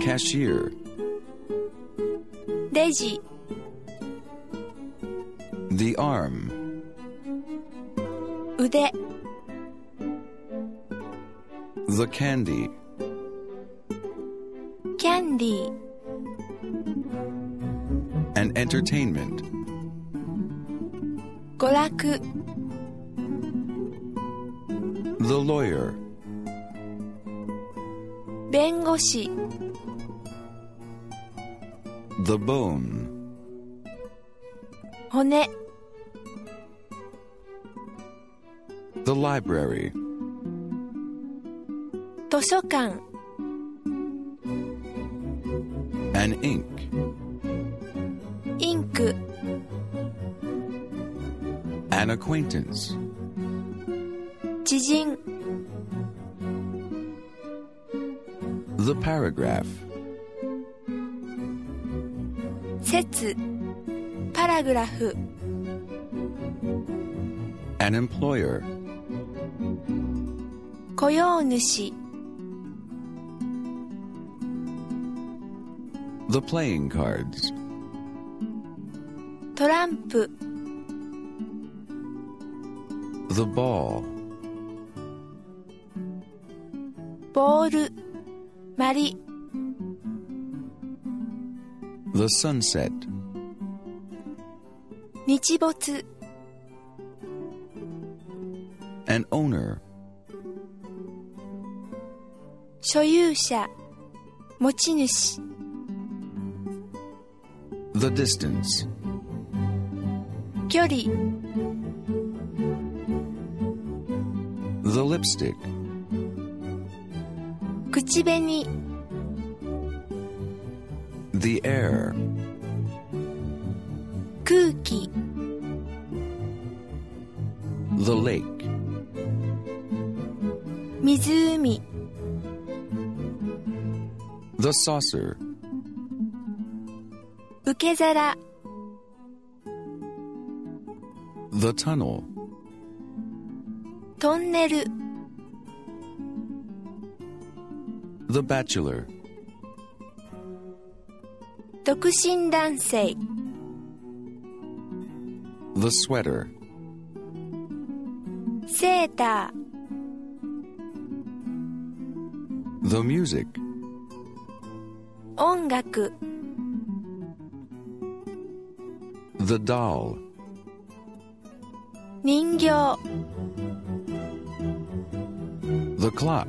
cashier. レジ The arm. 腕 The candy. キャンディー An entertainment. 娯楽 The lawyer. 弁護士 The bone. 骨 The library. 図書館 An ink. インク An acquaintance. 知人 The paragraph. 説パラグラフ An employer. 雇用主 The playing cards. トランプ The ball. ボールマリ The sunset. 日没 An owner. 所有者持ち主 The distance. 距離 The lipstick. 口紅 The air. 空気 The lake. 湖 The saucer. 受け皿 The tunnel. トンネル The bachelor. 独身男性 The sweater. セータ The music. ー音楽 The doll. 人形 The clock.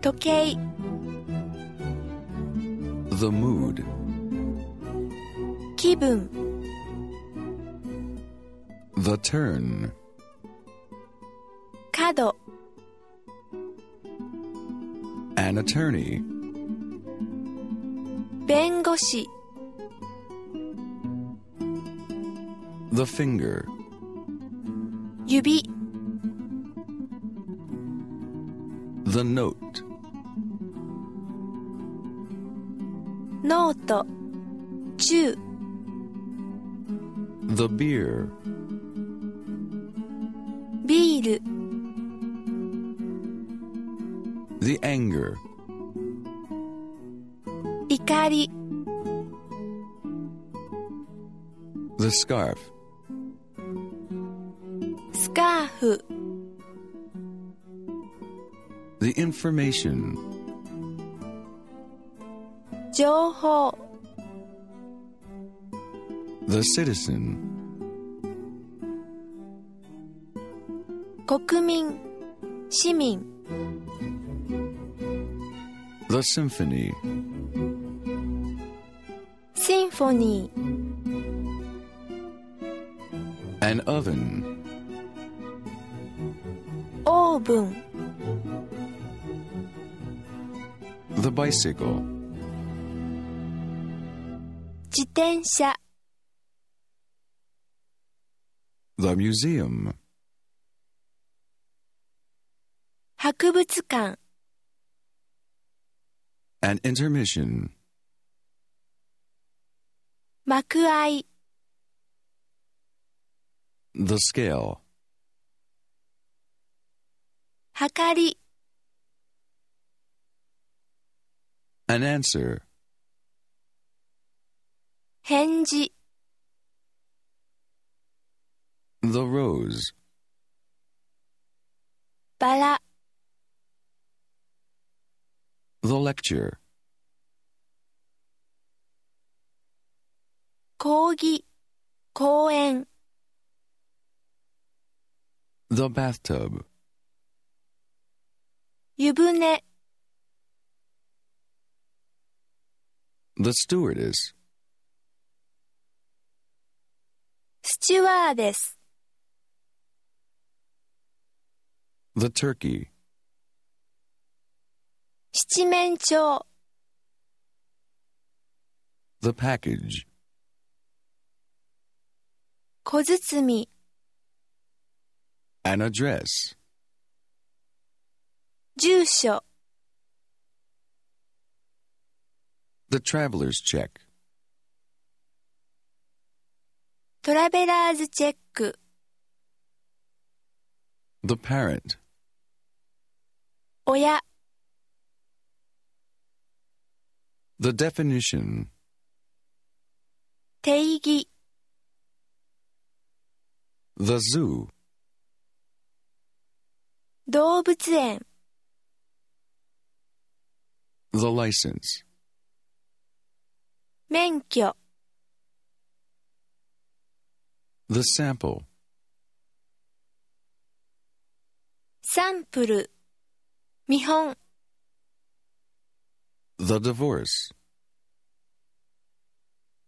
時計 The mood. 気分 The turn. 角 An attorney. 弁護士 The finger. 指 The note. ノート中 The beer. ビール The anger. 怒り The scarf. スカーフ The information. 情報 The citizen. 国民市民 The symphony. シンフォニー An oven. オーブン The bicycle. 自転車 The museum. 博物館 An intermission. 幕開 The scale. はかり An answer. 返事 The rose. バラ The lecture. 講義公園 The bathtub. 湯船 The stewardess. スチュワーデス The turkey. 七面鳥 The package. 小包 An address. 住所 The traveler's check. トラベラーズチェック The parent. 親 The definition. 定義 The zoo. 動物園 The license. 免許 The sample. サンプル見本 The divorce.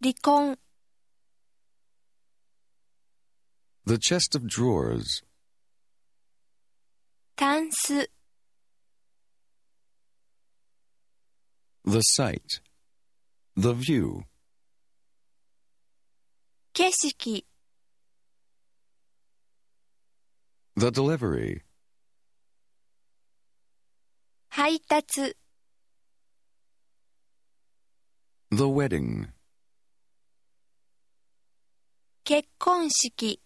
離婚 The chest of drawers. タンス The sight. The view. 景色 The delivery. 配達 The wedding. 結婚式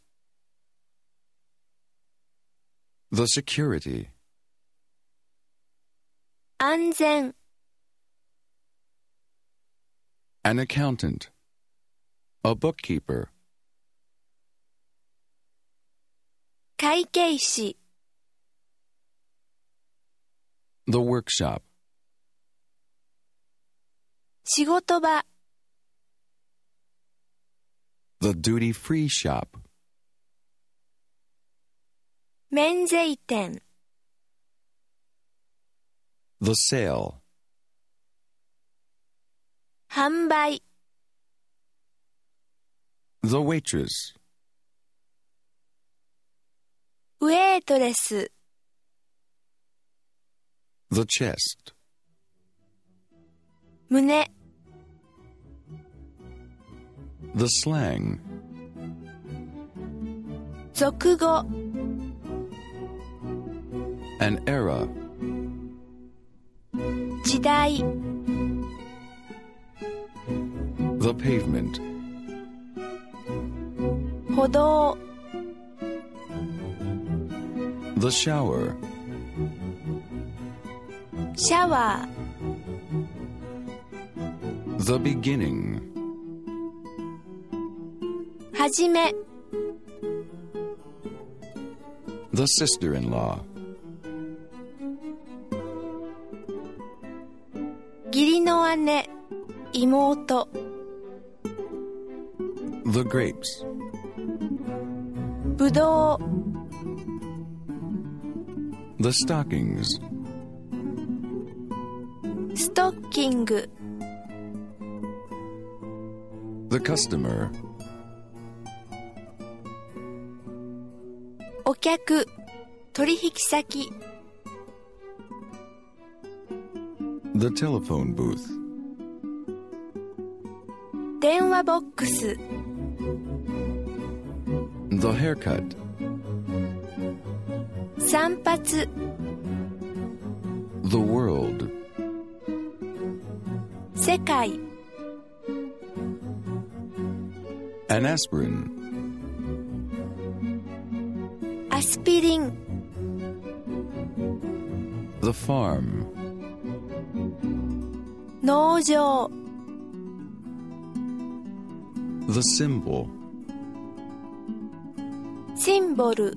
The security. 安全 An accountant. A bookkeeper. 会計士 The workshop. 仕事場 The duty free shop. 免税店 The sale. 販売 The waitress. ウェイトレス The chest. 胸 The slang. 俗語 An era. 時代 The pavement. 歩道 The shower. シャワー The beginning. はじめ The sister in law. 義理の姉妹 The grapes. ぶどう The stockings. ストッキング The customer. お客取引先 The telephone booth. 電話ボックス The haircut. 散髪 The world. 世界 An aspirin. アスピリン The farm. 農場 the symbol, シンボル